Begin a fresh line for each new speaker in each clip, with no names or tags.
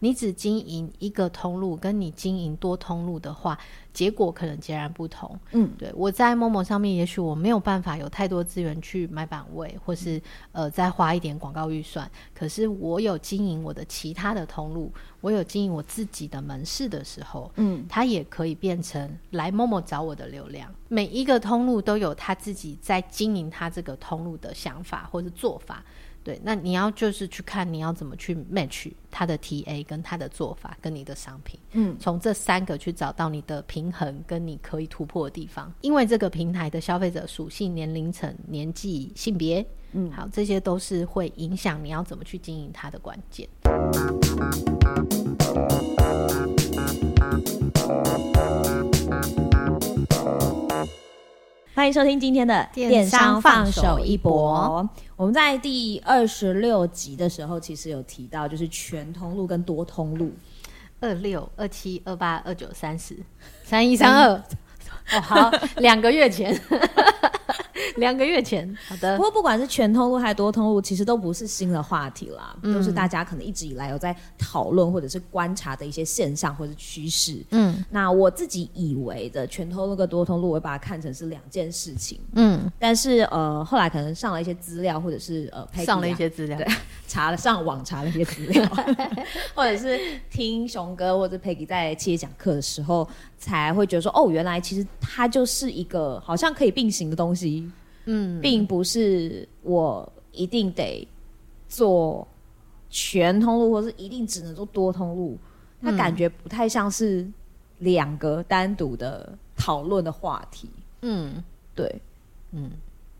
你只经营一个通路，跟你经营多通路的话，结果可能截然不同。
嗯，
对我在 Momo 上面，也许我没有办法有太多资源去买版位，或是呃再花一点广告预算，可是我有经营我的其他的通路，我有经营我自己的门市的时候，
嗯，
它也可以变成来 Momo 找我的流量。每一个通路都有他自己在经营他这个通路的想法或是做法。对，那你要就是去看你要怎么去 match 他的 TA 跟他的做法跟你的商品，
嗯，
从这三个去找到你的平衡跟你可以突破的地方。因为这个平台的消费者属性、年龄层、年纪、性别，嗯，好，这些都是会影响你要怎么去经营它的关键。
欢迎收听今天的
电商放手一搏。
我们在第二十六集的时候，其实有提到，就是全通路跟多通路。
二六、二七、二八、二九、三十、三一、三二。
嗯
哦，好，两个月前，两个月前，好的
不，过不管是全通路还是多通路，其实都不是新的话题啦，
嗯
都是大家可能一直以来有在讨论或者是观察的一些现象或者趋势。
嗯
那我自己以为的全通路跟多通路，我会把它看成是两件事情。
嗯，
但是呃，后来可能上了一些资料，或者是呃，Peggy 啊
上了一些资料，
查了上网查了一些资料， 或者是听熊哥或者 Peggy 在企业讲课的时候，才会觉得说，哦，原来其实它就是一个好像可以并行的东西，
嗯，
并不是我一定得做全通路，或是一定只能做多通路，它感觉不太像是两个单独的讨论的话题，
嗯，
对，
嗯，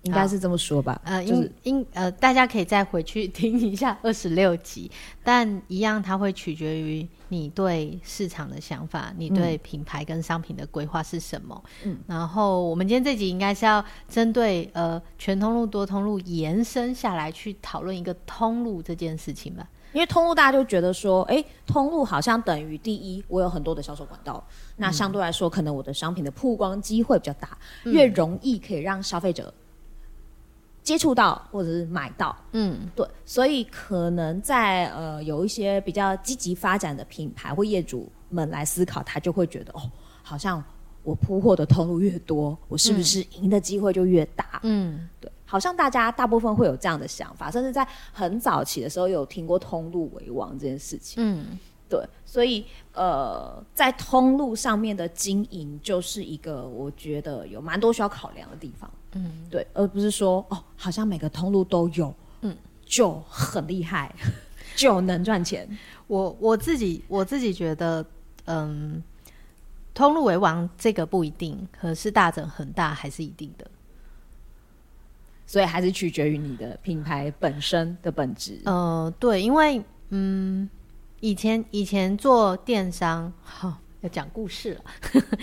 应该是这么说吧，
呃，
就是
应应呃，大家可以再回去听一下 二十六集，但一样它会取决于你对市场的想法，你对品牌跟商品的规划是什么。
嗯，
然后我们今天这集应该是要针对呃全通路、多通路延伸下来去讨论一个通路这件事情吧。
因为通路大家就觉得说，哎，通路好像等于第一，我有很多的销售管道，那相对来说，可能我的商品的曝光机会比较大，越容易可以让消费者接触到或者是买到。
嗯
对，所以可能在呃有一些比较积极发展的品牌或业主们来思考，他就会觉得哦，好像我铺货的通路越多，我是不是赢的机会就越大？
嗯
对，好像大家大部分会有这样的想法，甚至在很早期的时候有听过通路为王这件事情。
嗯
对，所以呃，在通路上面的经营就是一个我觉得有蛮多需要考量的地方。
嗯，
对，而不是说哦，好像每个通路都有，
嗯，
就很厉害， 就能赚钱。
我我自己我自己觉得，嗯，通路为王这个不一定，可是大整很大还是一定的。
所以还是取决于你的品牌本身的本质。
呃，对，因为嗯，以前以前做电商，好、要讲故事了。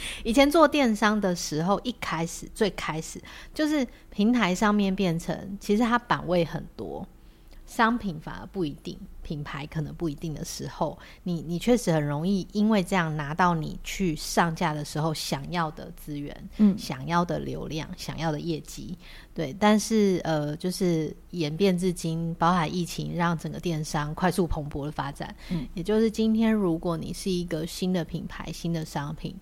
以前做电商的时候，一开始最开始就是平台上面变成，其实它版位很多，商品反而不一定，品牌可能不一定的时候，你你确实很容易因为这样拿到你去上架的时候想要的资源，
嗯
想要的流量，想要的业绩，对。但是呃，就是演变至今，包含疫情，让整个电商快速蓬勃的发展。
嗯，
也就是今天，如果你是一个新的品牌、新的商品，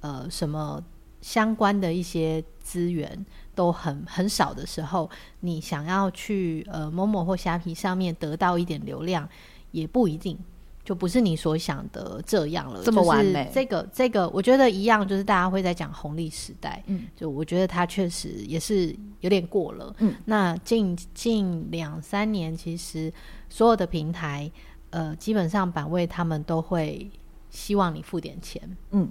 呃，什么相关的一些资源都很很少的时候，你想要去呃某某或虾皮上面得到一点流量，也不一定。就不是你所想的这样了，
这
就
么
是
完美
这个这个，我觉得一样，就是大家会在讲红利时代，
嗯，
就我觉得它确实也是有点过了，
嗯，
那近近两三年，其实所有的平台，呃，基本上版位他们都会希望你付点钱，
嗯，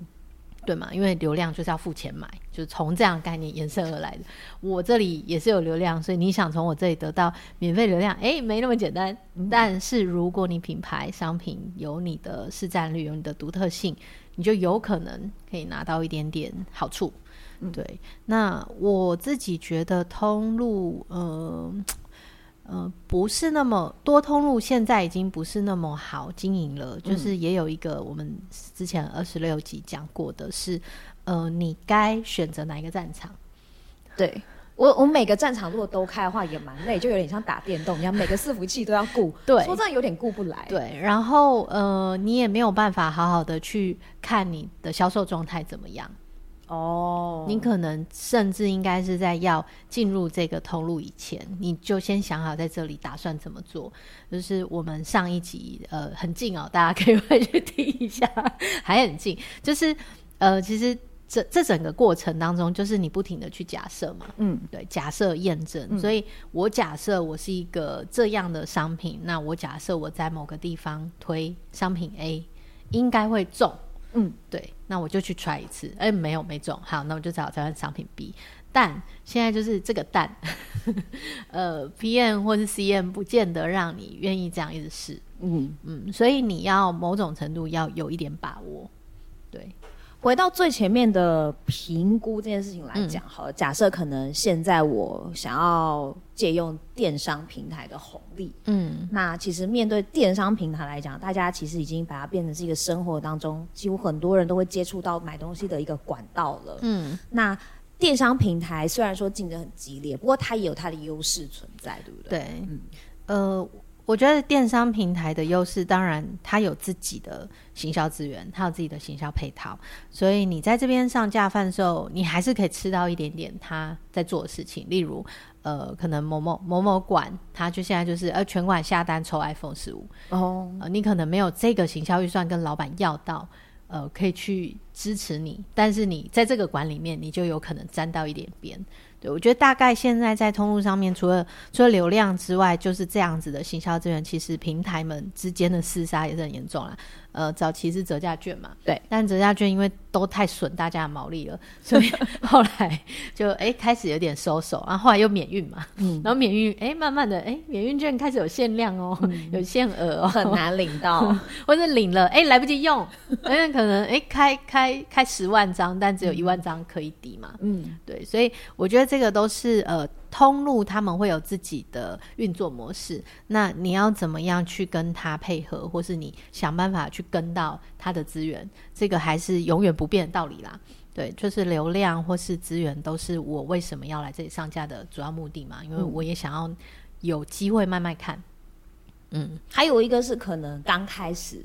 对嘛？因为流量就是要付钱买，就是从这样的概念延伸而来的。我这里也是有流量，所以你想从我这里得到免费流量，诶，没那么简单。但是如果你品牌商品有你的市占率，有你的独特性，你就有可能可以拿到一点点好处。对，那我自己觉得通路，呃。呃，不是那么多通路，现在已经不是那么好经营了。就是也有一个我们之前二十六集讲过的是，呃，你该选择哪一个战场？
对，我我每个战场如果都开的话也蛮累，就有点像打电动一样，每个伺服器都要 顾。
对
说真的有点顾不来。，
对，然后呃，你也没有办法好好的去看你的销售状态怎么样，
哦，
你可能甚至应该是在要进入这个通路以前，你就先想好在这里打算怎么做。就是我们上一集呃很近哦，大家可以回去听一下， 还很近。就是呃，其实这这整个过程当中，就是你不停的去假设嘛，
嗯，
对，假设验证。所以我假设我是一个这样的商品，那我假设我在某个地方推商品 A，应该会中。
嗯，
对，那我就去 try 一次，哎、没有没中，好，那我就只好再换商品 B。但现在就是这个蛋， 呃，PM 或是 CM 不见得让你愿意这样一直试，
嗯，
嗯，所以你要某种程度要有一点把握，对，
回到最前面的评估这件事情来讲，好了，假设可能现在我想要借用电商平台的红利，
嗯
那其实面对电商平台来讲，大家其实已经把它变成是一个生活当中几乎很多人都会接触到买东西的一个管道了。
嗯，
那电商平台虽然说竞争很激烈，不过它也有它的优势存在，对不对？
对，呃，我觉得电商平台的优势，当然它有自己的行销资源，它有自己的行销配套，所以你在这边上架贩售，你还是可以吃到一点点它在做的事情，例如。呃，可能某某某某馆，它就现在就是呃全馆下单抽 iPhone 十五，
哦，
呃，你可能没有这个行销预算跟老板要到，呃，可以去支持你，但是你在这个馆里面，你就有可能沾到一点边。对我觉得大概现在在通路上面，除了除了流量之外，就是这样子的行销资源，其实平台们之间的厮杀也是很严重啦。呃，早期是折价券嘛，
对，
但折价券因为都太损大家的毛利 了，所以后来就哎、开始有点收手，然后后来又免运嘛，
嗯
然后免运哎、慢慢的哎、免运券开始有限量哦，有限额哦，
嗯很难领到。
或者领了，哎、来不及用， 因为可能哎、开开开十万张，但只有一万张可以抵嘛，
嗯，
对，所以我觉得这个都是呃通路他们会有自己的运作模式，那你要怎么样去跟他配合，或是你想办法去跟到他的资源，这个还是永远不变的道理啦。对，就是流量或是资源都是我为什么要来这里上架的主要目的嘛，因为我也想要有机会慢慢看。
嗯还有一个是可能刚开始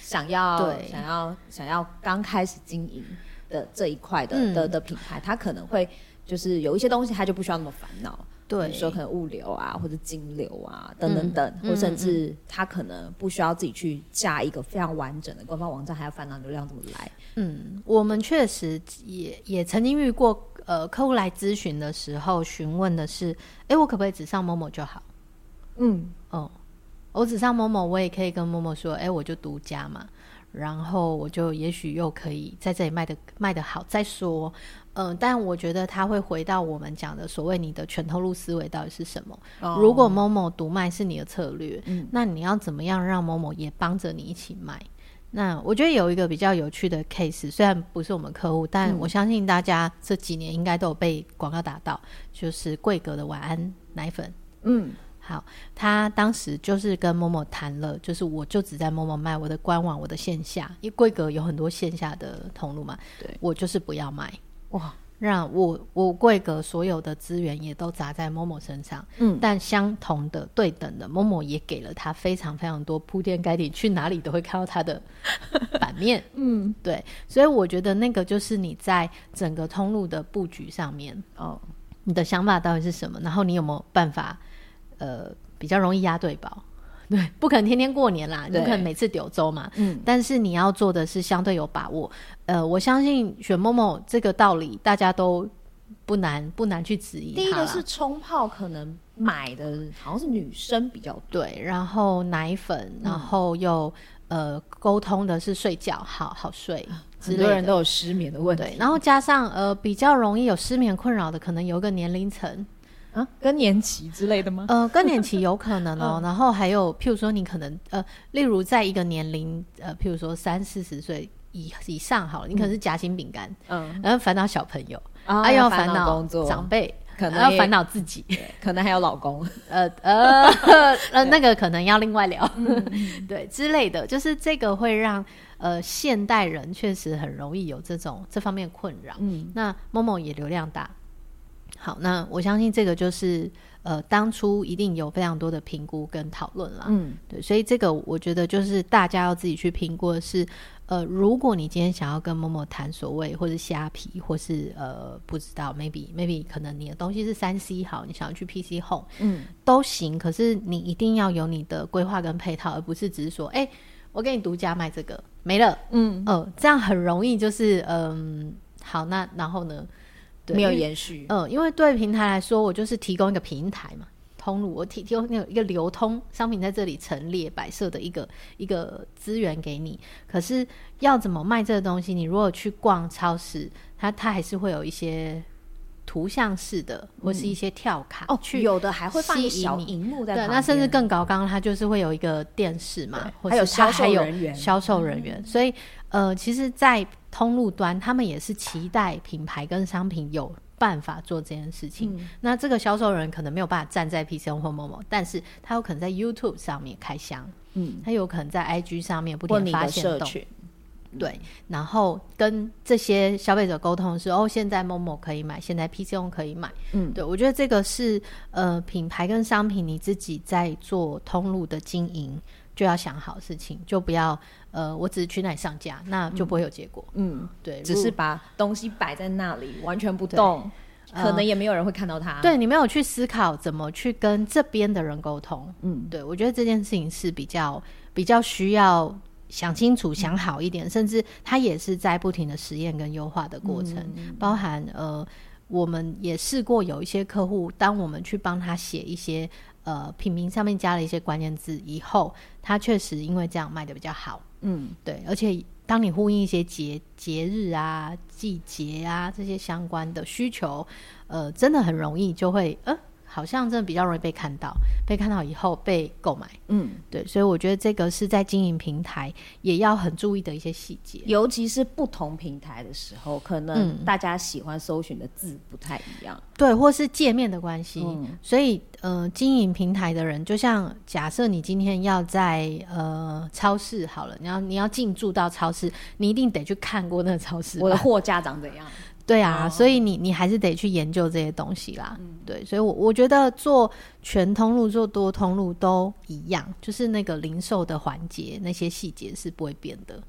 想要
对
想要想要刚开始经营的这一块的、
嗯
的的品牌，它可能会就是有一些东西它就不需要那么烦恼。
对，
比如说可能物流啊，或者金流啊，等等
嗯
等，
嗯
或甚至他可能不需要自己去架一个非常完整的官方网站，还要烦恼流量怎么来。
嗯，我们确实也也曾经遇过，呃，客户来咨询的时候询问的是，诶，我可不可以只上某某就好？
嗯，
哦，我只上某某，我也可以跟某某说，诶，我就独家嘛，然后我就也许又可以在这里卖的卖的好再说。嗯、但我觉得他会回到我们讲的所谓你的全投入思维到底是什么。
哦
如果某某独卖是你的策略，
嗯
那你要怎么样让某某也帮着你一起卖？那我觉得有一个比较有趣的 case，虽然不是我们客户，
嗯
但我相信大家这几年应该都有被广告打到，就是贵格的晚安奶粉。
嗯
好，他当时就是跟某某谈了，就是我就只在某某卖我的官网、我的线下，因为贵格有很多线下的通路嘛，
对
我就是不要卖，
哇
让我我贵格所有的资源也都砸在某某身上，
嗯
但相同的对等的，某某也给了他非常非常多铺天盖地，去哪里都会看到他的版面，
嗯
对，所以我觉得那个就是你在整个通路的布局上面，
哦
你的想法到底是什么，然后你有没有办法，呃，比较容易押对宝。 对，不可能天天过年啦，你
对
不可能每次丢周嘛。
嗯
但是你要做的是相对有把握。呃，我相信选某某这个道理，大家都不难不难去质疑它啦。
第一个是冲泡，可能买的好像是女生比较多。
对，然后奶粉，然后又、呃沟通的是睡觉，好好睡之
啊很
类
多人
的。
都有失眠的问
对，
题，
然后加上呃比较容易有失眠困扰的，可能有一个年龄层，
啊，更年期之类 的吗？
呃，更年期有可能
嗯
哦。然后还有，譬如说你可能呃，例如在一个年龄呃，譬如说三四十岁以以上好了，你可能是夹心饼干，
嗯，
然后烦恼小朋友，
啊
还有
烦
烦
恼工啊作
长辈，
可能
还要
也
烦恼自 己，
对可能还有老公，
呃呃呃，那个可能要另外聊，
嗯
对之类的，就是这个会让呃现代人确实很容易有这种这方面困扰。
嗯
那某某也流量大，好，那我相信这个就是呃，当初一定有非常多的评估跟讨论啦。
嗯，
对，所以这个我觉得就是大家要自己去评估的是，呃，如果你今天想要跟某某谈所谓或者虾皮，或是呃不知道，maybe maybe 可能你的东西是三 C 好，你想要去 PC Home，
嗯，
都行，可是你一定要有你的规划跟配套，而不是只是说，哎、我给你独家卖这个没了，
嗯，
呃，这样很容易就是嗯、好，那然后呢？对
没有
因为
延续，
嗯，因为对平台来说，我就是提供一个平台嘛，通路，我提提供那个一个流通商品在这里陈列摆设的一个一个资源给你。可是要怎么卖这个东西？你如果去逛超市，它它还是会有一些图像式的，或是一些跳卡、
嗯哦，
去。
有的还会放一个
吸引
小
你
荧幕在
对，
旁边，
那甚至更高，刚刚它就是会有一个电视嘛
对，
或
还有
是它
销售
还有
人员嗯
销售人员，所以呃，其实，在通路端，他们也是期待品牌跟商品有办法做这件事情。
嗯
那这个销售人可能没有办法站在 PC 或某某，但是他有可能在 YouTube 上面开箱，
嗯，
他有可能在 IG 上面不
或
停地
你
发
的
现
社
动
群，
对，然后跟这些消费者沟通是哦，现在某某可以买，现在 PC o 可以买，
嗯
对我觉得这个是呃品牌跟商品你自己在做通路的经营就要想好事情，就不要呃我只是去那里上架，那就不会有结果，
嗯，
对，
只
如
是把东西摆在那里，完全不
对
动，
呃
可能也没有人会看到它，，
对你没有去思考怎么去跟这边的人沟通，
嗯，
对我觉得这件事情是比较比较需要想清楚、想好一点，甚至它也是在不停的实验跟优化的过程，包含呃，我们也试过有一些客户，当我们去帮他写一些呃品名上面加了一些关键字以后，他确实因为这样卖的比较好，
嗯，
对，而且当你呼应一些节节日啊、季节啊这些相关的需求，呃，真的很容易就会，呃，好像真的比较容易被看到，被看到以后被购买，
嗯。
对，所以我觉得这个是在经营平台也要很注意的一些细节。
尤其是不同平台的时候，可能
嗯
大家喜欢搜寻的字不太一样。
对，或是界面的关系。
嗯
所以，呃，经营平台的人，就像假设你今天要在呃超市好了，你要你要进驻到超市，你一定得去看过那个超市吧。
我的货架长 怎样？
对啊，
哦
所以你你还是得去研究这些东西啦。对，所以我我觉得做全通路、做多通路都一样，就是那个零售的环节那些细节是不会变的。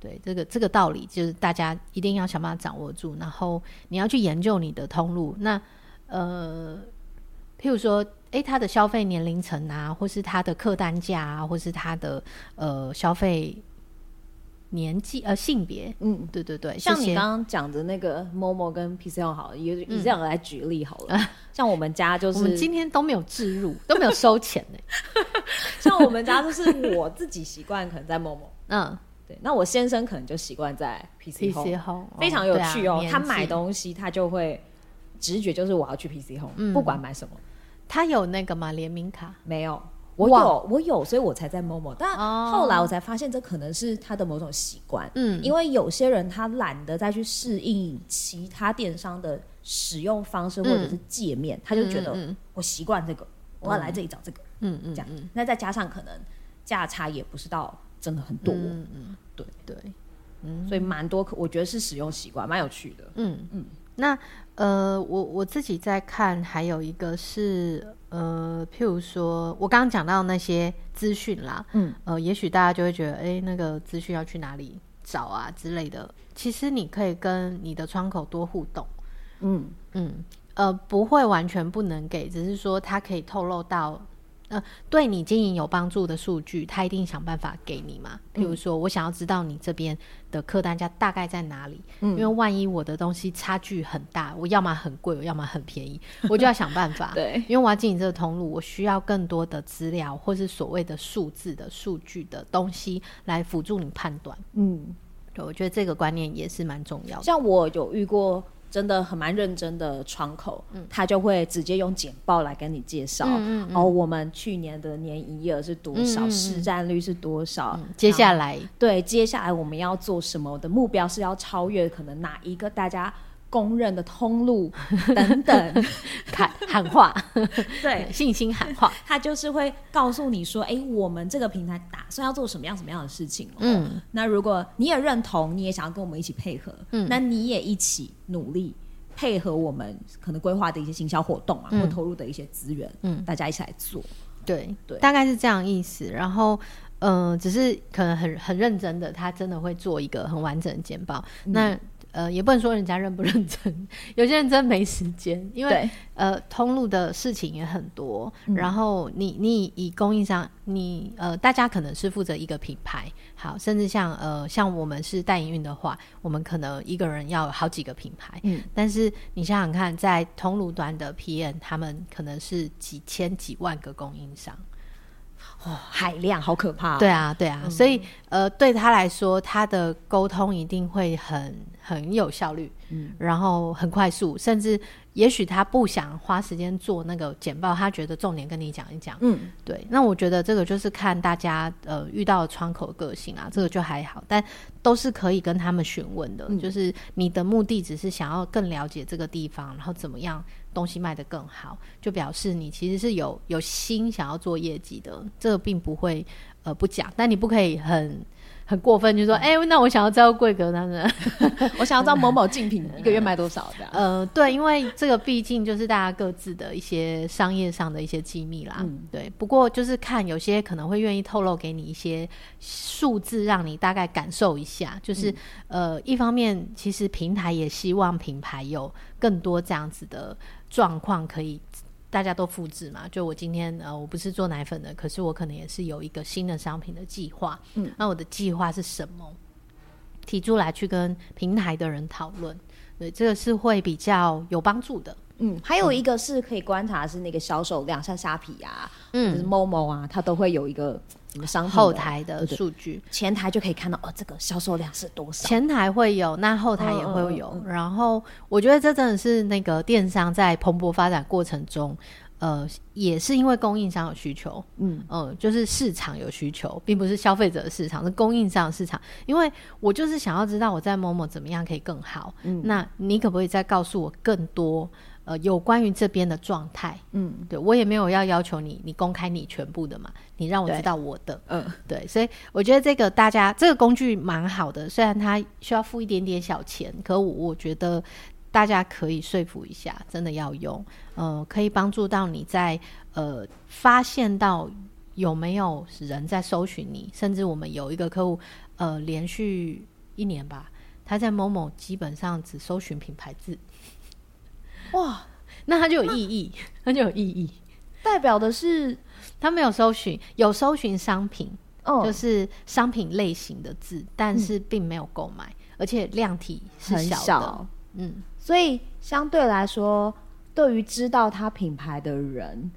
对，这个这个道理就是大家一定要想办法掌握住，然后你要去研究你的通路。那呃，譬如说，诶，它的消费年龄层啊，或是它的客单价啊，或是它的呃消费年纪呃性别，
嗯，
对对对，
像
这
你
些嗯
刚刚讲的那个 Momo 跟 PC 好了，以以这样来举例好 了。像我们家就
我们
是，
今天都没有置入， 都没有收钱 呢、
像我们家就是我自己习惯可能在 Momo，
嗯
对，那我先生可能就习惯在 PC Home，
，PC Home
非常有趣哦。他买，
对啊年纪
东西他就会直觉就是我要去 PC Home，、
嗯
不管买什么。
他有那个嘛联名卡，
没有，我
哇
有，我有，所以我才在 Momo。但
哦
后来我才发现，这可能是他的某种习惯。
嗯
因为有些人他懒得再去适应其他电商的使用方式或者是界面，他就觉
嗯嗯
得
嗯
我习惯这个，我要来这里找这个，
嗯嗯
这样。那再加上可能价差也不是到真的很多，
嗯嗯，
对嗯
对，
所以蛮多，我觉得是使用习惯，蛮有趣的。
嗯嗯。那呃，我我自己在看，还有一个是呃，譬如说我刚刚讲到那些资讯啦，
嗯，
呃，也许大家就会觉得，哎、那个资讯要去哪里找啊之类的。其实你可以跟你的窗口多互动。
嗯，。
嗯，呃，不会完全不能给，只是说它可以透露到，呃，对你经营有帮助的数据，他一定想办法给你嘛。比如说，我想要知道你这边的客单价大概在哪里，因为万一我的东西差距很大，我要么很贵，我要么很便宜，我就要想办法
对，
因为我要经营这个通路，我需要更多的资料，或是所谓的数字的数据的东西来辅助你判断。
嗯，
对，我觉得这个观念也是蛮重 要的。
像我有遇过真的很蛮认真的窗口，他就会直接用简报来跟你介绍，
嗯嗯嗯
哦，我们去年的年营业额是多少，
嗯嗯嗯
市占率是多少，
嗯接下来，
对，接下来我们要做什么？我的目标是要超越可能哪一个大家公认的 通路等等，
喊喊话，
对。
信心喊话，
他就是会告诉你说，哎、我们这个平台打算要做什么样什么样的事情、哦。
嗯
那如果你也认同，你也想要跟我们一起配合，
嗯
那你也一起努力，配合我们可能规划的一些行销活动啊，
嗯
或投入的一些资源，
嗯
大家一起来做。
对
对
大概是这样意思。然后，嗯、只是可能很很认真的，他真的会做一个很完整的简报。那呃，也不能说人家认不认真， 有些人真没时间，因为
对，
呃，通路的事情也很多。
嗯
然后你你以供应商，你呃，大家可能是负责一个品牌，好，甚至像呃，像我们是代营运的话，我们可能一个人要有好几个品牌。
嗯
但是你想想看，在通路端的 PM，他们可能是几千几万个供应商。
哦，海量好可怕、哦。
对，啊，对啊，所以呃，对他来说，他的沟通一定会很很有效率，
嗯
然后很快速，甚至也许他不想花时间做那个简报，他觉得重点跟你讲一讲。
嗯，
对，那我觉得这个就是看大家呃遇到的窗口个性啊，这个就还好，但都是可以跟他们询问的，
嗯
就是你的目的只是想要更了解这个地方，然后怎么样东西卖得更好，就表示你其实是有有心想要做业绩的，这个并不会呃不讲，但你不可以很。很过分，就
嗯
说，哎、那我想要知道贵格那个，
我想要知道某某竞品一个月卖多少这样。
呃，对，因为这个毕竟就是大家各自的一些商业上的一些机密啦。
嗯
对，不过就是看有些可能会愿意透露给你一些数字，让你大概感受一下。就是、
嗯
呃，一方面其实平台也希望品牌有更多这样子的状况可以。大家都复制嘛，就我今天呃，我不是做奶粉的，可是我可能也是有一个新的商品的计划。
嗯，
那我的计划是什么？提出来去跟平台的人讨论。对，呃这个是会比较有帮助的。
嗯，还有一个是可以观察是那个销售量，像虾皮啊，就
嗯
是，某某啊，它都会有一个什么商品的
后，台的
对对
数据，
前台就可以看到哦，这个销售量是多少。
前台会有，那后台也会有。
嗯
然后我觉得这真的是那个电商在蓬勃发展过程中，呃，也是因为供应商有需求，
嗯
嗯，就是市场有需求，并不是消费者的市场，是供应商的市场。因为我就是想要知道我在某某怎么样可以更好，
嗯
那你可不可以再告诉我更多呃有关于这边的状态？
嗯
对我也没有要要求你，你公开你全部的嘛，你让我
对
知道我的。
嗯，
对，所以我觉得这个大家这个工具蛮好的，虽然它需要付一点点小钱，可我我觉得大家可以说服一下，真的要用，呃，可以帮助到你在呃发现到有没有人在搜寻你，甚至我们有一个客户，呃，连续一年吧，他在某某基本上只搜寻品牌字，
哇，
那他就有意义，那就有意义。
代表的是
他没有搜寻，有搜寻商品，
哦，
就
就是
是商品类型的字，但是并没有购买，而且量体是
很
小的。
少，
嗯，
所以相对来说，对于知道它品牌的人，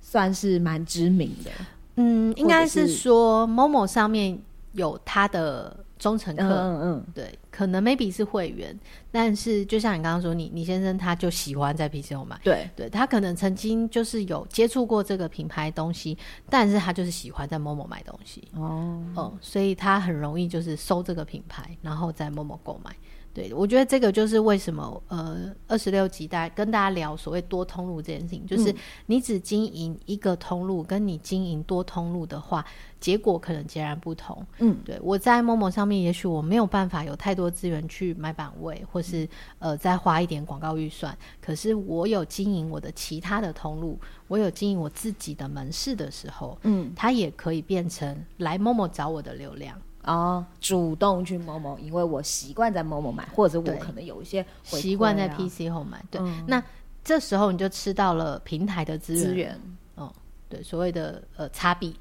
算是蛮知名的。
嗯，应该
或
是
者是
说某某上面有他的忠诚
嗯
客，
嗯嗯，
对，可能 maybe 是会员，但是就像你刚刚说，你你先生他就喜欢在 PC 买。
对，
对他可能曾经就是有接触过这个品牌东西，但是他就是喜欢在某某买东西，
哦，
嗯，所以他很容易就是搜这个品牌，然后在某某购买。对，我觉得这个就是为什么呃，二十六集大家跟大家聊所谓多通路这件事情，就是
嗯
你只经营一个通路，跟你经营多通路的话，结果可能截然不同。
嗯，
对我在某某上面，也许我没有办法有太多资源去买版位，或
嗯
是呃再花一点广告预算，可是我有经营我的其他的通路，我有经营我自己的门市的时候，
嗯，
它也可以变成来某某找我的流量，
哦，主动去某某，因为我习惯在某某买，或者
对
我可能有一些回馈啊
习惯在 PC 后买。对，
嗯
那这时候你就吃到了平台的资源，
资源，
对所谓的呃差币，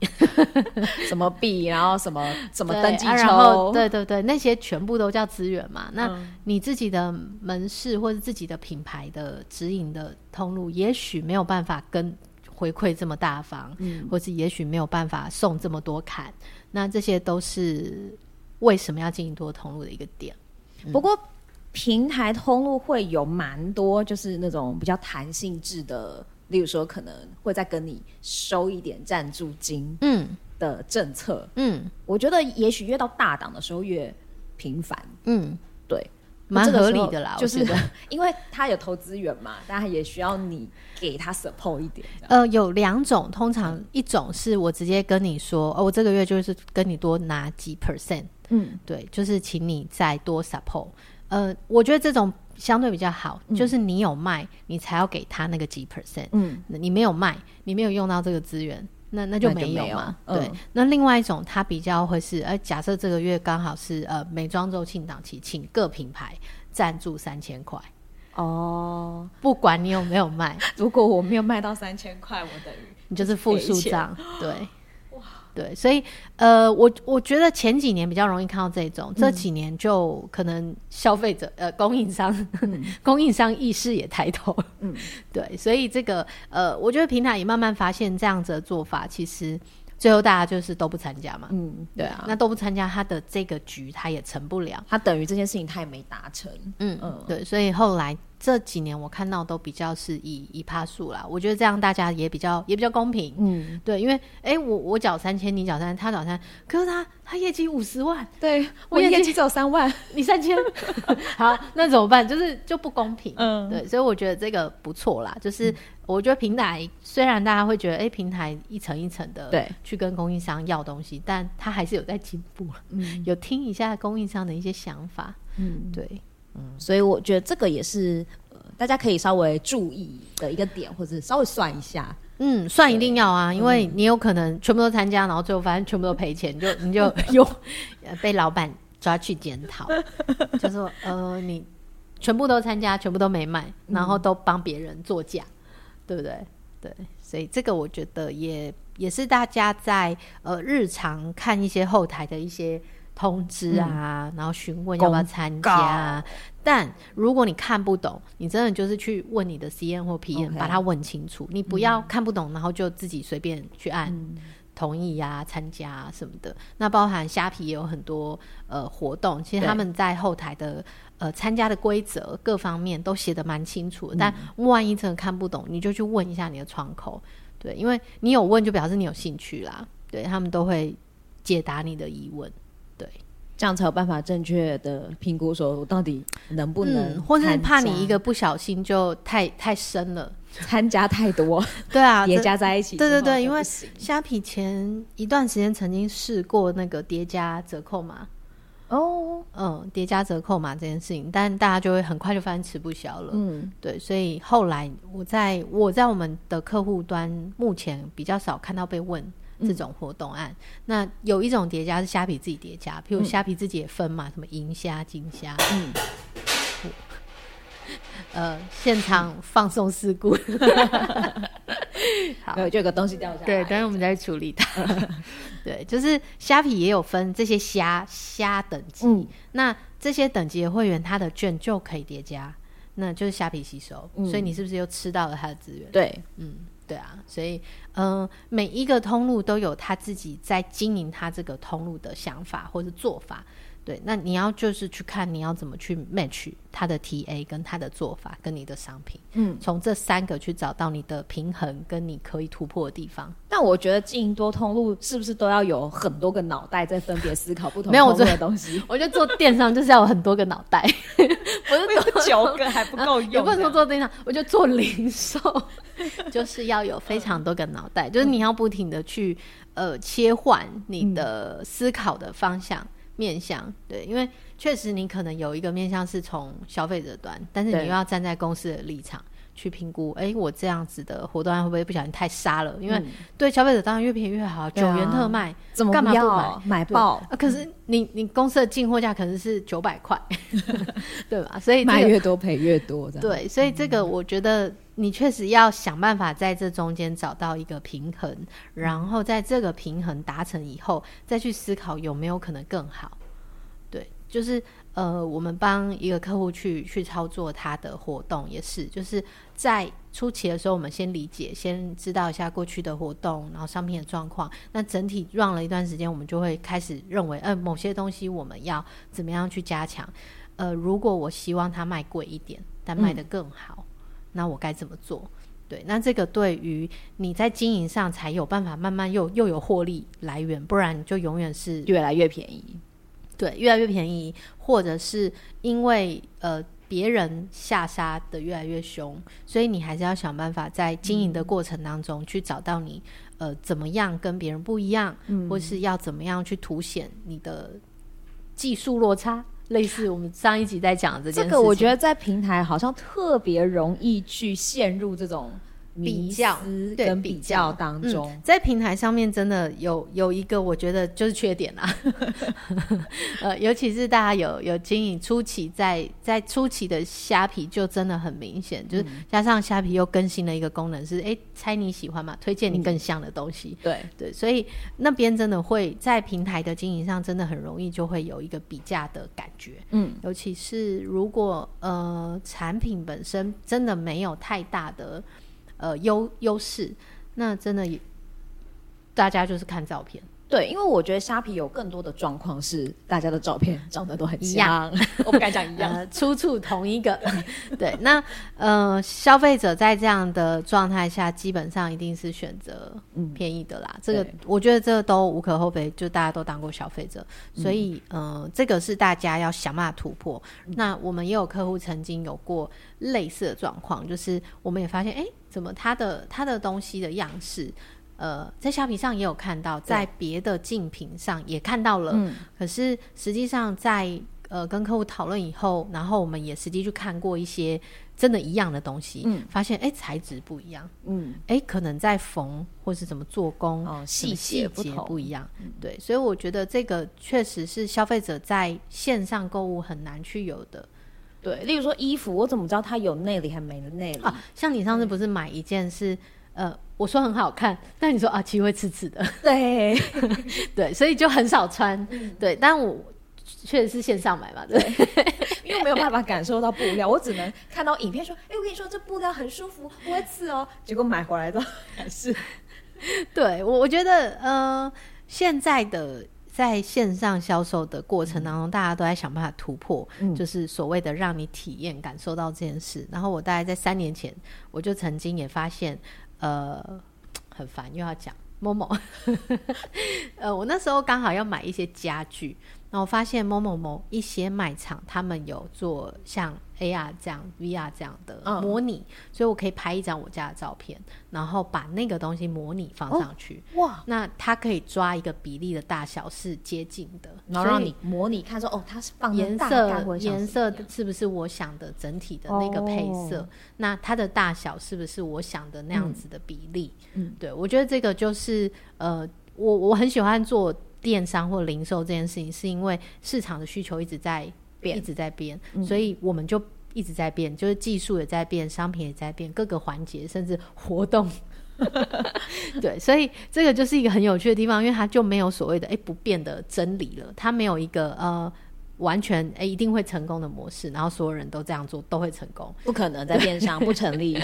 什么币，然后什 么什么
对
登记
啊然
抽
后，对对对，那些全部都叫资源嘛。那
嗯
你自己的门市或者自己的品牌的指引的通路，也许没有办法跟回馈这么大方，
嗯
或是也许没有办法送这么多砍，那这些都是为什么要经营多通路的一个点。
不过平台通路会有蛮多，就是那种比较弹性制的，例如说可能会再跟你收一点赞助金
嗯
的政策。
嗯
我觉得也许越到大档的时候越频繁，
嗯，
对，
蛮
这个
合
时候
理的啦，
就
我
是
觉得
因为他有投资源嘛，但他也需要你给他 support 一点。这样
呃，有两种，通常一种是我直接跟你说，哦，我这个月就是跟你多拿几 percent，
嗯
对，就是请你再多 support。呃，我觉得这种相对比较好，就是你有卖，你才要给他那个几 percent。
嗯，
那你没有卖，你没有用到这个资源，那那就
那就
没有
没有
嘛。
嗯
对，那另外一种，它比较会是，呃，假设这个月刚好是呃美妆周庆档期，请各品牌赞助三千块，
哦，
不管你有没有卖，
如果我没有卖到三千块，我等于
你就是负数
赔钱
账，对。对，所以呃，我我觉得前几年比较容易看到这种，
嗯
这几年就可能消费者呃供应商、
嗯
供应商意识也抬头，嗯， 对，所以这个呃，我觉得平台也慢慢发现这样子的做法，其实最后大家就是都不参加嘛，
嗯，对啊，
那都不参加他的这个局，他也成不了，
他等于这件事情他也没达成。
嗯
嗯
对，所以后来这几年我看到都比较是以以趴数啦，我觉得这样大家也比较也比较公平，
嗯，
对，因为哎、诶我我缴三千，你缴三，他缴三，可是他他业绩五十万，
对
我业绩
只有三万。
你三 千， 好，那怎么办？就是就不公平。
嗯，
对，所以我觉得这个不错啦，就是我觉得平台虽然大家会觉得，哎、平台一层一层的
对
去跟供应商要东西，但他还是有在进步，
嗯
有听一下供应商的一些想法，
嗯，
对，
所以我觉得这个也是、呃、大家可以稍微注意的一个点，或者稍微算一下。
嗯，算一定要啊，因为你有可能全部都参加，然后最后反正全部都赔钱，就你就 有呃被老板抓去检讨，就说呃你全部都参加，全部都没卖，然后都帮别人作假，对不对？对，所以这个我觉得也也是大家在呃日常看一些后台的一些通知啊，然后询问要不要参加啊。但如果你看不懂，你真的就是去问你的 CN 或 PN，、
OK
把它问清楚。你不要看不懂，然后就自己随便去按。
嗯
同意呀、参加、啊、什么的，那包含虾皮也有很多呃活动，其实
对
他们在后台的呃参加的规则各方面都写的蛮清楚的，但
嗯
万一真的看不懂，你就去问一下你的窗口，对，因为你有问就表示你有兴趣啦，对他们都会解答你的疑问，
这样才有办法正确的评估，说我到底能不能、
嗯，或是怕你一个不小心就太太深了，
参加太多
对啊，
叠
这
加在一起之
对
后
对
就不行，
对因为虾皮前一段时间曾经试过那个叠加折扣嘛，
哦，
嗯，叠加折扣嘛这件事情，但大家就会很快就发现吃不消了，
嗯，
对，所以后来我在我在我们的客户端目前比较少看到被问
嗯
这种活动案。那有一种叠加是虾皮自己叠加，
嗯
譬如虾皮自己也分嘛，什么银虾、金虾，嗯， 呃，现场放送事故，好
没有就有个东西掉下来，
对，等下我们再处理它。
嗯
对，就是虾皮也有分这些虾虾等级，
嗯
那这些等级的会员，他的券就可以叠加，那就是虾皮吸收，
嗯
所以你是不是又吃到了他的资源？
对，
嗯，对啊，所以嗯、呃每一个通路都有他自己在经营他这个通路的想法或者做法。对，那你要就是去看你要怎么去 match 他的 TA 跟他的做法跟你的商品，
嗯，
从这三个去找到你的平衡跟你可以突破的地方。
但我觉得经营多通路是不是都要有很多个脑袋在分别思考不同
没有我
通路
觉
的 东西？
我觉得做电商就是要有很多个脑袋，
我有九个还不够 用，
也不能说做电商，我就做零售， 就是要有非常多个脑
嗯
袋，就是你要不停的去呃切换你的思考的方向、面向，对，因为确实你可能有一个面向是从消费者端，但是你
对
又要站在公司的立场。去评估，哎、我这样子的活动案会不会不小心太杀了？因为
嗯
对消费者当然越便宜越好，九
对啊
元特卖，
怎么
干嘛不
要买
对
爆？
啊！可是你你公司的进货价可能是九百 块，对吧？所以
卖
这个
越嗯多赔越多，这样。
对，所以这个我觉得你确实要想办法在这中间找到一个平衡，然后在这个平衡达成以后，再去思考有没有可能更好。对，就是呃，我们帮一个客户去去操作他的活动，也是就是在初期的时候，我们先理解，先知道一下过去的活动，然后商品的状况。那整体 run 了一段时间，我们就会开始认为，呃，某些东西我们要怎么样去加强。呃，如果我希望它卖贵一点，但卖得更好，那我该怎么做？对，那这个对于你在经营上才有办法慢慢又又有获利来源，不然你就永远是
越来越便宜。
对，越来越便宜，或者是因为呃别人下杀的越来越凶，所以你还是要想办法在经营
嗯
的过程当中去找到你呃怎么样跟
嗯
别人不一样，或是要怎么样去凸显你的技术落差，类似我们上一集在讲这件
这
事情。
个我觉得在平台好像特别容易去陷入这种迷
比
思
较对
跟
比
比较
较
当
嗯
中。
在平台上面真的有有一个，我觉得就是缺点啦。 呃，尤其是大家有有经营初期在，在初期的虾皮就真的很明显，就是加上虾皮又更新了一个功能是，哎、猜你喜欢嘛，推荐你更像的东西。
对，
对，所以那边真的会在平台的经营上，真的很容易就会有一个比价的感觉。
嗯，
尤其是如果呃产品本身真的没有太大的呃优优势，那真的也大家就是看照片。
对，因为我觉得虾皮有更多的状况是大家的照片长得都很
一
像，我不敢讲一样。
呃，出 处同一个，对，那呃，消费者在这样的状态下，基本上一定是选择便宜的啦。这个
对
我觉得这都无可厚非，就大家都当过消费者，所以、呃，这个是大家要想办法突破。那我们也有客户曾经有过类似的状况，就是我们也发现，哎，怎么他的他的东西的样式。呃，在虾皮上也有看到，在别的竞品上也看到了，
嗯
可是实际上在呃跟客户讨论以后，然后我们也实际去看过一些真的一样的东西，
嗯
发现哎、诶材质不一样，
嗯，
哎、可能在缝或是怎么做工，
哦
什么
细节不
细节
同嗯
不一样，对，所以我觉得这个确实是消费者在线上购物很难去有的
对，例如说衣服，我怎么知道它有内里还没内里？
啊。像你上次不是买一件是呃我说很好看，但你说啊其实会刺刺的，
对，
对，所以就很少穿，对，但我确实是线上买嘛，对。
因为没有办法感受到布料，我只能看到影片说，哎、我跟你说这布料很舒服，不会刺哦。结果买回来的还是
对我，我觉得，呃，现在的在线上销售的过程当中，大家都在想办法突破，
嗯
就是所谓的让你体验、感受到这件事。然后我大概在三年前，我就曾经也发现，呃，很烦，又要讲某某，呃，我那时候刚好要买一些家具，然后我发现某某某一些卖场他们有做像 AR 这样、VR 这样的
嗯
模拟，所以我可以拍一张我家的照片，然后把那个东西模拟
哦
放上去。
哇，
那它可以抓一个比例的大小是接近的，
然后让
所以
你模拟看说，哦，它是放
颜
的大概
色
会像
颜
什么
色
样
是不是我想的整体的那个配色？
哦
那它的大小是不是我想的那样子的比例？
嗯
对我觉得这个就是呃，我我很喜欢做电商或零售这件事情，是因为市场的需求一直在
变嗯
一直在变，所以我们就。一直在变，就是技术也在变，商品也在变，各个环节甚至活 动，对，所以这个就是一个很有趣的地方，因为它就没有所谓的哎、诶不变的真理了，它没有一个呃完全哎、诶一定会成功的模式，然后所有人都这样做都会成功。
不可能在电商不成 立，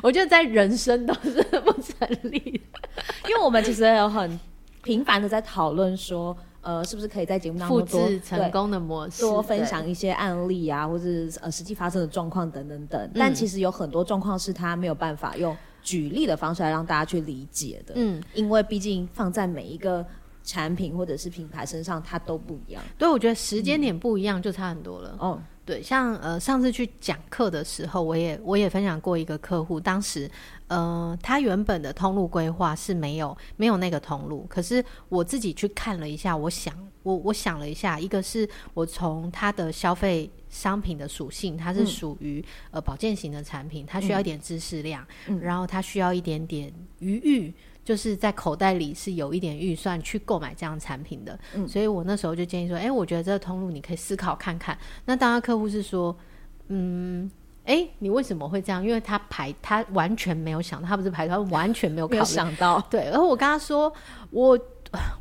我觉得在人生都是不成立
因为我们其实有很频繁的在讨论说，呃，是不是可以在节目
的，
当
复
中多
制成功的模式，
对多分
对
享一些案例啊，或者呃实际发生的状况等等等。
嗯
但其实有很多状况是他没有办法用举例的方式来让大家去理解的，
嗯，
因为毕竟放在每一个产品或者是品牌身上，它都不一样。
对，我觉得时间点不一样就差很多了。
哦，
对，像呃上次去讲课的时候，我也我也分享过一个客户，当时呃他原本的通路规划是没有没有那个通路，可是我自己去看了一下，我想我我想了一下，一个是我从他的消费。商品的属性，它是属于、呃保健型的产品，它需要一点知识量，然后它需要一点点余裕，就是在口袋里是有一点预算去购买这样产品的。所以我那时候就建议说，哎、我觉得这个通路你可以思考看看。那当然，客户是说，嗯，哎、你为什么会这样？因为他排，他完全没有想到，他不是排，他完全没有考
没
虑
有。想到，
对，然后我跟他说，我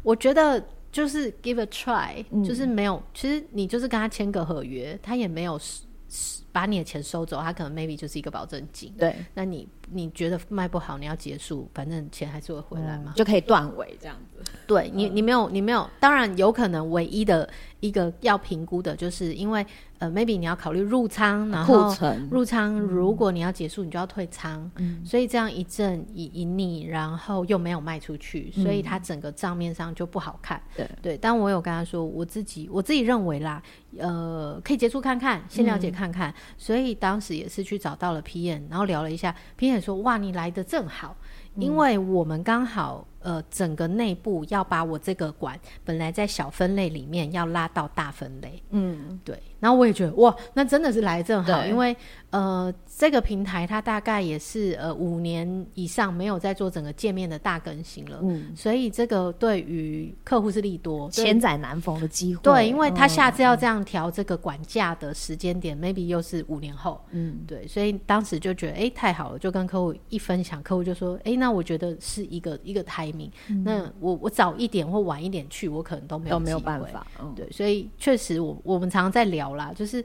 我觉得就是 give a try，、就是
嗯
没有，其实你就是跟他签个合约，他也没有收收把你的钱收走，他可能 maybe 就是一个保证金。
对，
那你你觉得卖不好，你要结束，反正钱还是会回来嘛。
就可以断尾这样子。
对你，
嗯
你没有，你没有，当然有可能唯一的一个要评估的，就是因为呃，maybe 你要考虑入仓，然
库
后
存
入仓，如果你要结束，你就要退仓，所以这样一正一一逆，然后又没有卖出去，所以它整个账面上就不好看。
对
对，但我有跟他说，我自己我自己认为啦，呃，可以接触看看，先了解看看。所以当时也是去找到了 P N，然后聊了一下，P N 说：“哇，你来的正好，因为我们刚好呃整个内部要把我这个馆本来在小分类里面要拉到大分类，
嗯，
对，然后我也觉得哇，那真的是来得正好，
对
因为呃，这个平台它大概也是呃五年以上没有在做整个界面的大更新了，
嗯
所以这个对于客户是利多。对
千载难逢的机会。
嗯对，因为他
嗯
下次要这样调这个管价的时间点、m a y b e 又是五年后，
嗯，
对，所以当时就觉得哎、诶太好了，就跟客户一分享，客户就说哎、诶那我觉得是一个一个 timing，、那我我早一点或晚一点去，我可能都没有
嗯都没有
机
办
会
法，嗯，
对，所以确实我我们常常在聊啦，就是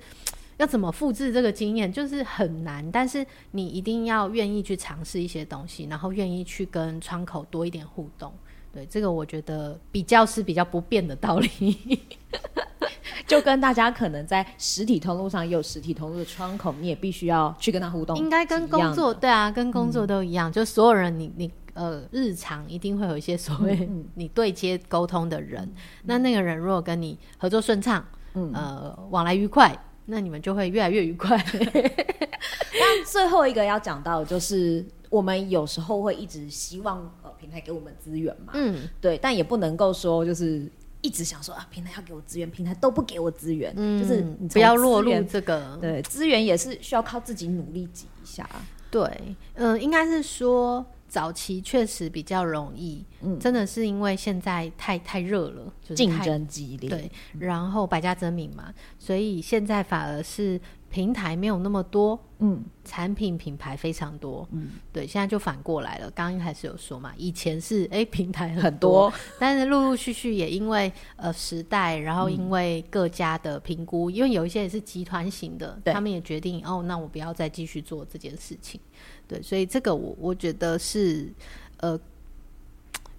要怎么复制这个经验，就是很难，但是你一定要愿意去尝试一些东西，然后愿意去跟窗口多一点互动。对，这个我觉得比较是比较不变的道理。
就跟大家可能在实体通路上也有实体通路的窗口，你也必须要去跟他互动，
应该跟工作对啊，跟工作都一样，就所有人你你呃日常一定会有一些所谓
嗯
你对接沟通的人， 那那个人如果跟你合作顺畅，呃往来愉快，那你们就会越来越愉快。
但最后一个要讲到的就是，我们有时候会一直希望呃平台给我们资源嘛，
嗯
对，但也不能够说就是一直想说啊平台要给我资源，平台都不给我资源，
嗯，
就是你从
不要落
资
入嗯
源
这个
对资源也是需要靠自己努力挤一下，
对，嗯、应该是说早期确实比较容易，
嗯
真的是因为现在太太热了，就是
竞
太
争嗯激烈，
对，然后百家争鸣嘛，所以现在反而是平台没有那么多，
嗯，
产品品牌非常多，
嗯，
对，现在就反过来了。刚刚一开始有说嘛，以前是哎、平台很
很
多，
多
但是陆陆续续也因为呃时代，然后因为各家的评估，因为有一些也是集团型的，
对
他们也决定哦，那我不要再继续做这件事情，对，所以这个我我觉得是呃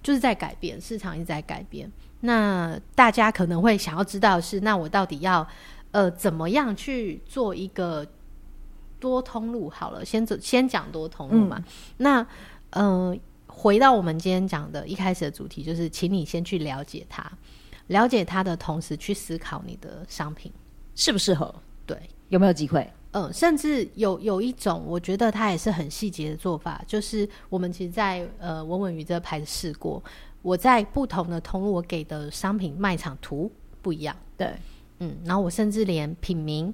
就是在改变，市场一直在改变。那大家可能会想要知道的是，那我到底要呃怎么样去做一个多通路？好了，先走先讲多通路嘛。那呃，回到我们今天讲的一开始的主题，就是请你先去了解它，了解它的同时去思考你的商品。
适不适合，
对，
有没有机会？
嗯，甚至有有一种，我觉得它也是很细节的做法，就是我们其实在，呃文文鱼这牌子试过，我在不同的通路，我给的商品卖场图不一样，
对
嗯，然后我甚至连品名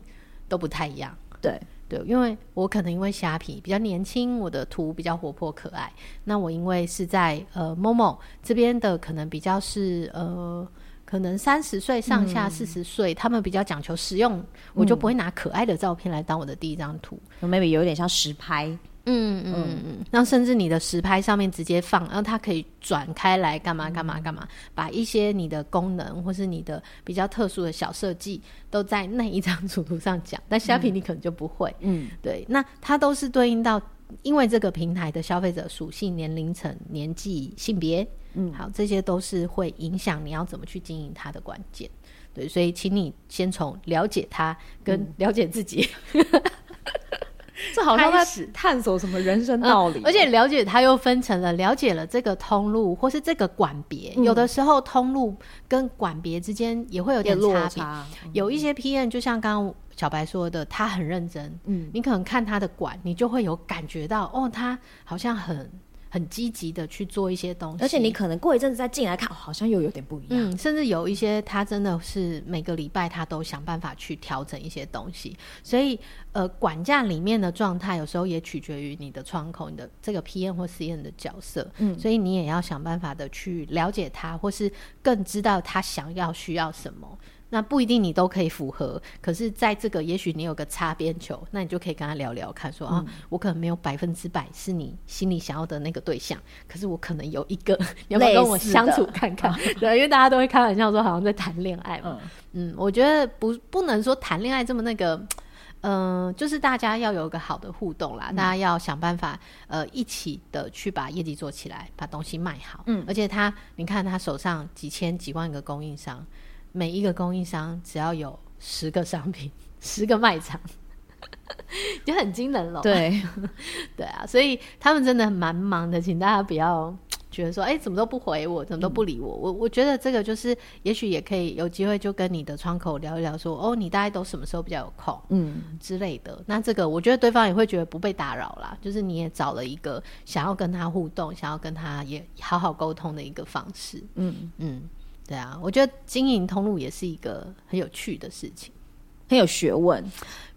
都不太一样。
对，
对，因为我可能因为虾皮比较年轻，我的图比较活泼可爱。那我因为是在呃 Momo 这边的，可能比较是呃，可能三十岁上下、四十岁，他们比较讲求实用，我就不会拿可爱的照片来当我的第一张图。
maybe 有点像实拍，
嗯嗯嗯嗯，然后甚至你的实拍上面直接放，然后它可以转开来干嘛干嘛干嘛，把一些你的功能或是你的比较特殊的小设计都在那一张主图上讲，但虾皮你可能就不会。
嗯，
对，那它都是对应到因为这个平台的消费者属性、年龄层、年纪、性别，
嗯
好，这些都是会影响你要怎么去经营它的关键。对，所以请你先从了解它跟了解自己，
这好像
开
在探索什么人生道理，
嗯
嗯
而且了解它又分成了了解了这个通路或是这个管别，
嗯
有的时候通路跟管别之间也会有
有
点
点落
别。
差，嗯
有一些 PM 就像刚刚小白说的，他很认真，
嗯，
你可能看他的管，你就会有感觉到，哦，他好像很很积极的去做一些东西，
而且你可能过一阵子再进来看，哦好像又有点不一样。
嗯，甚至有一些他真的是每个礼拜他都想办法去调整一些东西，所以呃，管价里面的状态有时候也取决于你的窗口、你的这个 PM 或 CM 的角色，
嗯
所以你也要想办法的去了解他，或是更知道他想要需要什么。那不一定你都可以符合，可是在这个也许你有个擦边球，那你就可以跟他聊聊看说，
嗯
啊，我可能没有百分之百是你心里想要的那个对象，可是我可能有一个， 你要不要跟我
类似的
相处 看看？对，因为大家都会开玩笑说好像在谈恋爱嘛。
嗯，
嗯我觉得不不能说谈恋爱这么那个，嗯、就是大家要有一个好的互动
嗯
啦，大家要想办法呃一起的去把业绩做起来，把东西卖好。
嗯
而且他你看他手上几千几万个供应商，每一个供应商只要有十个商品，十个卖场。 也
嗯
很惊人了，
对，
对啊，所以他们真的蛮忙的，请大家不要觉得说，哎，怎么都不回我，怎么都不理我，我我觉得这个就是，也许也可以有机会就跟你的窗口聊一聊说，哦，你大概都什么时候比较有空
嗯，
之类的。那这个我觉得对方也会觉得不被打扰啦，就是你也找了一个想要跟他互动、想要跟他也好好沟通的一个方式。
嗯，
嗯，对啊，我觉得经营通路也是一个很有趣的事情，
很有学问，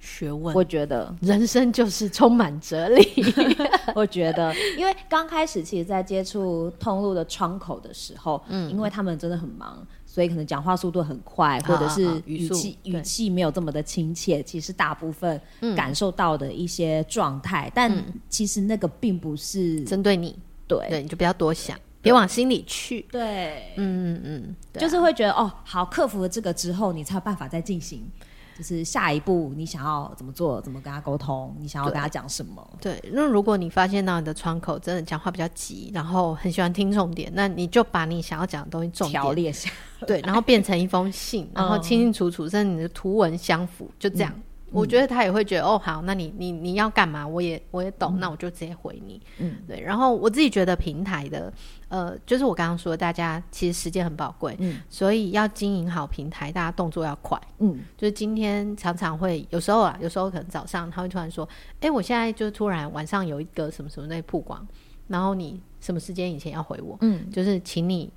学问。
我觉得。
人生就是充满哲理。
我觉得，因为刚开始其实，在接触通路的窗口的时候，嗯，因为他们真的很忙，所以可能讲话速度很快，或者
啊啊
是
语
语
速
气
对
语气没有这么的亲切。其实大部分
嗯
感受到的一些状态，但其实那个并不是
针对你，
对
对，你就不要多想，别往心里去。
对，
嗯嗯嗯，对啊
就是会觉得哦，好，克服了这个之后，你才有办法再进行。就是下一步你想要怎么做，怎么跟他沟通，你想要跟他讲什么？
对。那如果你发现到你的窗口真的讲话比较急，然后很喜欢听重点，那你就把你想要讲的东西重
条
点
列下，
对，然后变成一封 信，然后清清楚楚，甚至你的图文相符，就这样。我觉得他也会觉得哦，好，那你你你要干嘛？我也我也懂，那我就直接回你。
嗯，
对。然后我自己觉得平台的，呃，就是我刚刚说，大家其实时间很宝贵，
嗯
所以要经营好平台，大家动作要快。
嗯，
就是今天常常会有时候啊，有时候可能早上他会突然说：“哎、我现在就突然晚上有一个什么什么在曝光，然后你什么时间以前要回我？”
嗯，
就是请你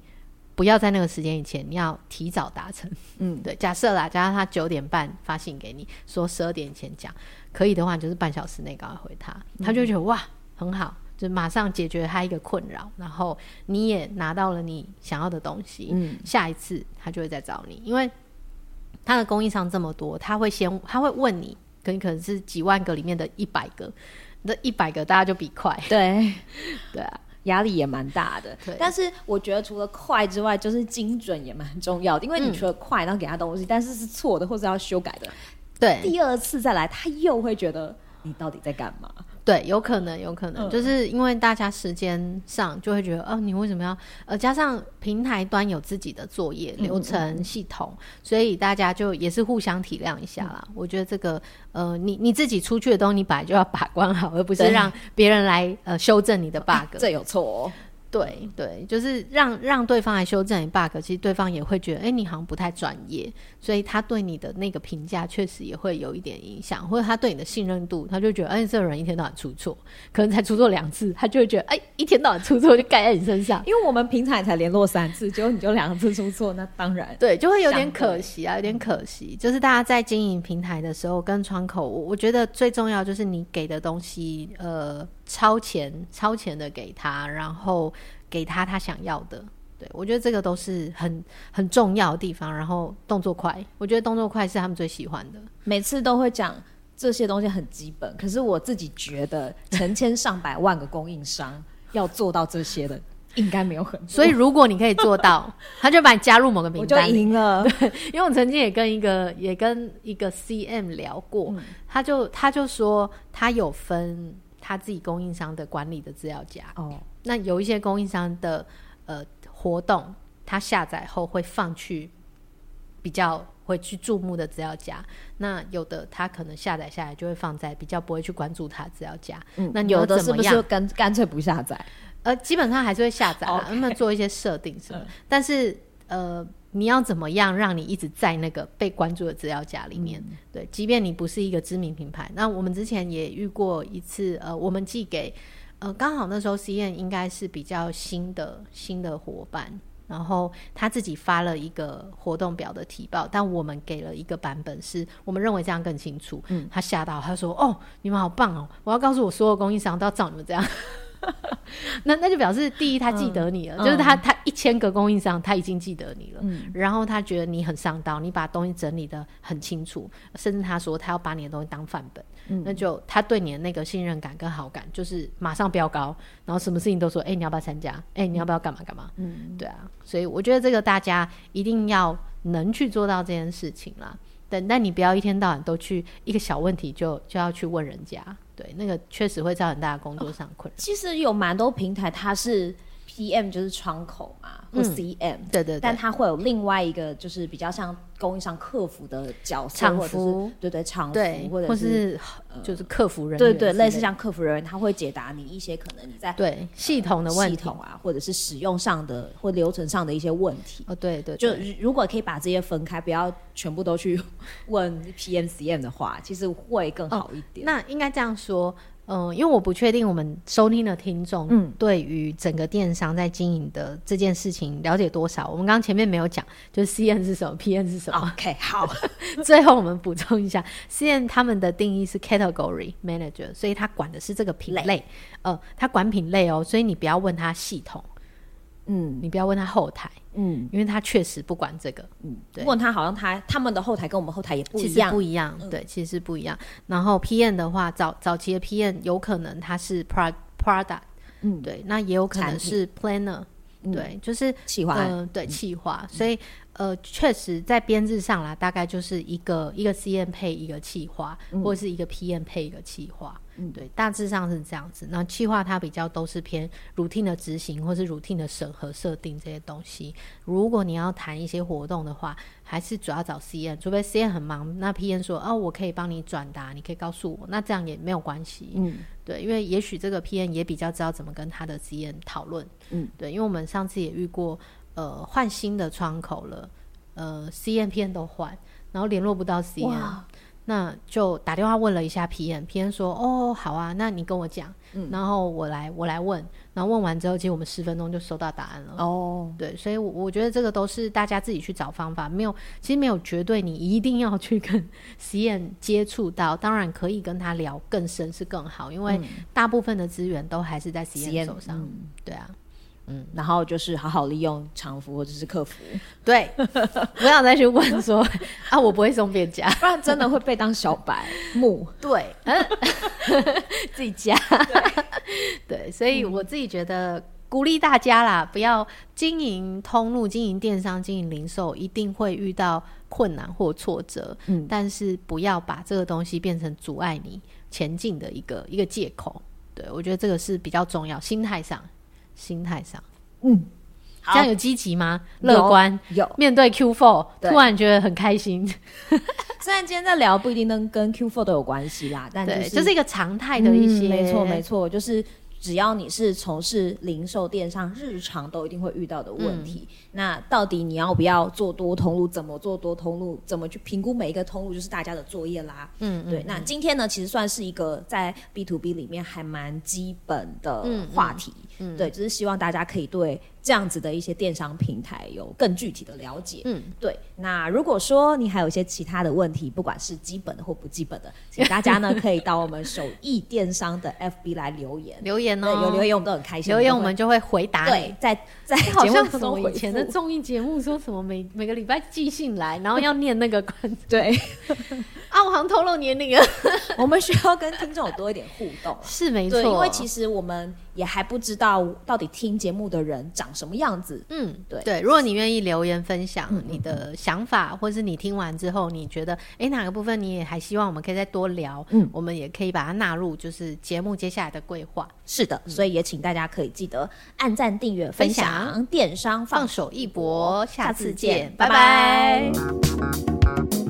不要在那个时间以前，你要提早达成。
嗯
对，假设啦，假设他九点半发信给你，说十二点以前讲，可以的话，你就是半小时内赶快回他，
嗯
他就会觉得、哇很好。就马上解决他一个困扰，然后你也拿到了你想要的东西，
嗯
下一次他就会再找你，因为他的供应商这么多，他会先他会问你，可你可能是几万个里面的一百个，那一百个大家就比快，
对。
对啊，
压力也蛮大的
对。
但是我觉得除了快之外，就是精准也蛮重要的，因为你除了快，然后给他东西，但是是错的或是要修改的，
对
第二次再来，他又会觉得你到底在干嘛？
对，有可能有可能，
嗯
就是因为大家时间上就会觉得，哦、你为什么要呃，加上平台端有自己的作业流
嗯
程系统，所以大家就也是互相体谅一下啦。
嗯
我觉得这个呃，你你自己出去的东西，你本来就要把关好，而不是
对
让别人来呃修正你的 bug。
这有错、哦。
对对，就是让让对方来修正你 bug，其实对方也会觉得，哎、你好像不太专业，所以他对你的那个评价确实也会有一点影响，或者他对你的信任度，他就觉得，哎、这个人一天到晚出错，可能才出错两次，他就会觉得，哎、一天到晚出错就盖在你身上，
因为我们平常也才联络三次，结果你就两次出错，那当然
对，就会有点
相对
可惜啊，有点可惜。就是大家在经营平台的时候，跟窗口，我我觉得最重要就是你给的东西，呃，超前超前的给他，然后给他他想要的。对我觉得这个都是很很重要的地方。然后动作快，我觉得动作快是他们最喜欢的。
每次都会讲。这些东西很基本，可是我自己觉得成千上百万个供应商要做到这些 的，应该没有很多，
所以如果你可以做到，他就把你加入某个名
我就
单里。
赢了。
因为我曾经也跟一个也跟一个 CM 聊过，
嗯
他就他就说他有分他自己供应商的管理的资料夹，
哦，
那有一些供应商的呃活动，它下载后会放去比较会去注目的资料夹。那有的它可能下载下来就会放在比较不会去关注它的资料夹。那你
嗯有
要
的
怎
是
么
不
样
是干干脆不下载？
呃，基本上还是会下载啦，
OK
他们做一些设定什么
嗯，
但是呃，你要怎么样让你一直在那个被关注的资料夹里面？
嗯
对，即便你不是一个知名品牌，那我们之前也遇过一次，呃，我们寄给呃，刚好那时候 C N 应该是比较新的新的伙伴。然后他自己发了一个活动表的提报，但我们给了一个版本，是我们认为这样更清楚。嗯，他吓到，他说：“哦，你们好棒哦！我要告诉我所有供应商都要照你们这样。” 那那就表示，第一他记得你了，
嗯
就是他他一千个供应商他已经记得你了，然后他觉得你很上道，你把东西整理的很清楚，甚至他说他要把你的东西当范本，那就他对你的那个信任感跟好感就是马上飙高，然后什么事情都说，哎、你要不要参加？哎、你要不要干嘛干嘛？嗯，对啊，所以我觉得这个大家一定要能去做到这件事情啦。但但你不要一天到晚都去一个小问题就就要去问人家，对，那个确实会造成大家工作上的困扰。
其实有蛮多平台，它是 PM 就是窗口嘛，或
嗯
CM，、
对对
但
对，
它会有另外一个就是比较像供应商客服的角色，
厂
或者是
服
对对厂
对
服，或者呃
或是就是客服人员之
对
类的，
对类似像客服人员，他会解答你一些可能你在
对系统的问
系
题，
统啊，或者是使用上的或流程上的一些问题。
哦，对对，
就
对
如果可以把这些分开，不要全部都去 问 PMCM 的话，其实会更好一点。
那应该这样说，嗯、因为我不确定我们收听的听众，
嗯
对于整个电商在经营的这件事情了解多少？我们刚刚前面没有讲，就是 CN 是什么，PN 是什么。
OK，好，
最后我们补充一下，CN 他们的定义是 category manager，所以他管的是这个品类，
类
呃，他管品类哦，所以你不要问他系统，
嗯
你不要问他后台，
嗯
因为他确实不管这个。
嗯，
对
问他好像他他们的后台跟我们后台也不
其
一
实
样，嗯
不一样，对，其实不一样。然后 PM 的话，早早期的 PM 有可能它是 pro product，
嗯，
对，那也有可能
产品
是 planner，、
嗯
对，就是
企划案
嗯、呃对，企划。所以呃，确实在编制上啦，大概就是一个一个 CM 配一个企划，或是一个 PM 配一个企划，
嗯
对，大致上是这样子。那企划它比较都是偏 routine 的执行，或是 routine 的审核设定这些东西。如果你要谈一些活动的话，还是主要找 CM，除非 CM 很忙，那 PM 说哦，我可以帮你转达，你可以告诉我，那这样也没有关系，
嗯，
对，因为也许这个 PM 也比较知道怎么跟他的 CM 讨论，
嗯，
对，因为我们上次也遇过，呃，换新的窗口了，呃，CM、PM 都换，然后联络不到 CM，
嗯哇，
那就打电话问了一下 PM，PM 说，哦，好啊，那你跟我讲，
嗯
然后我来我来问，然后问完之后，其实我们十分钟就收到答案了。
哦，
对，所以我，我觉得这个都是大家自己去找方法，没有，其实没有绝对，你一定要去跟 实验接触到，当然可以跟他聊更深是更好，因为大部分的资源都还是在嗯实验
CM
手上，对啊，
嗯 然后就是好好利用常服或者是客服，
对，不要再去问说啊，我不会送别家，
不然真的会被当小白 木。
对，自己加， 对，所以我自己觉得。鼓励大家啦，不要经营通路、经营电商、经营零售，一定会遇到困难或挫折。
嗯
但是不要把这个东西变成阻碍你前进的一个一个借口。对我觉得这个是比较重要，心态上，心态上，
嗯，好
这样有积极吗？
有
乐观，
有。
面对 Q4，
对
突然觉得很开心。
虽然今天在聊不一定能跟 Q4 都有关系啦，但
对，
是
这是一个常态的一些，
嗯没错没错，就是只要你是从事零售电商，日常都一定会遇到的问题。
嗯
那到底你要不要做多通路？怎么做多通路？怎么去评估每一个通路？就是大家的作业啦。
嗯，嗯
对，那今天呢，其实算是一个在 B to B 里面还蛮基本的
嗯
话题。
嗯
对，就是希望大家可以对这样子的一些电商平台有更具体的了解。
嗯，
对。那如果说你还有一些其他的问题，不管是基本的或不基本的，请大家呢可以到我们首艺电商的 FB 来留言。
留言
对，
哦，
有留言我们都很开心，
留言我
们
们就会回
都
答
会
你。
对在在
哎好
节
像
目
什么
当中回
以前的
复
综艺节目说什么每每个礼拜寄信来，然后要念那个关
对，
啊，我好像透露年龄了，
我们需要跟听众有多一点互动。
是没错，
对，因为其
实
实我们也还不知道到底听节目的人长什么样子。
嗯
对
对，嗯如果你愿意留言分享你的想法，或是你听完之后你觉得诶哪个部分你也还希望我们可以再多聊，
嗯
我们也可以把它纳入就是节目接下来的规划，
是的，所以也请大家可以记得按赞、订阅、
嗯分
分
享
享、电商放
放手一搏，下
下
次
次
见
见，
拜拜。
拜拜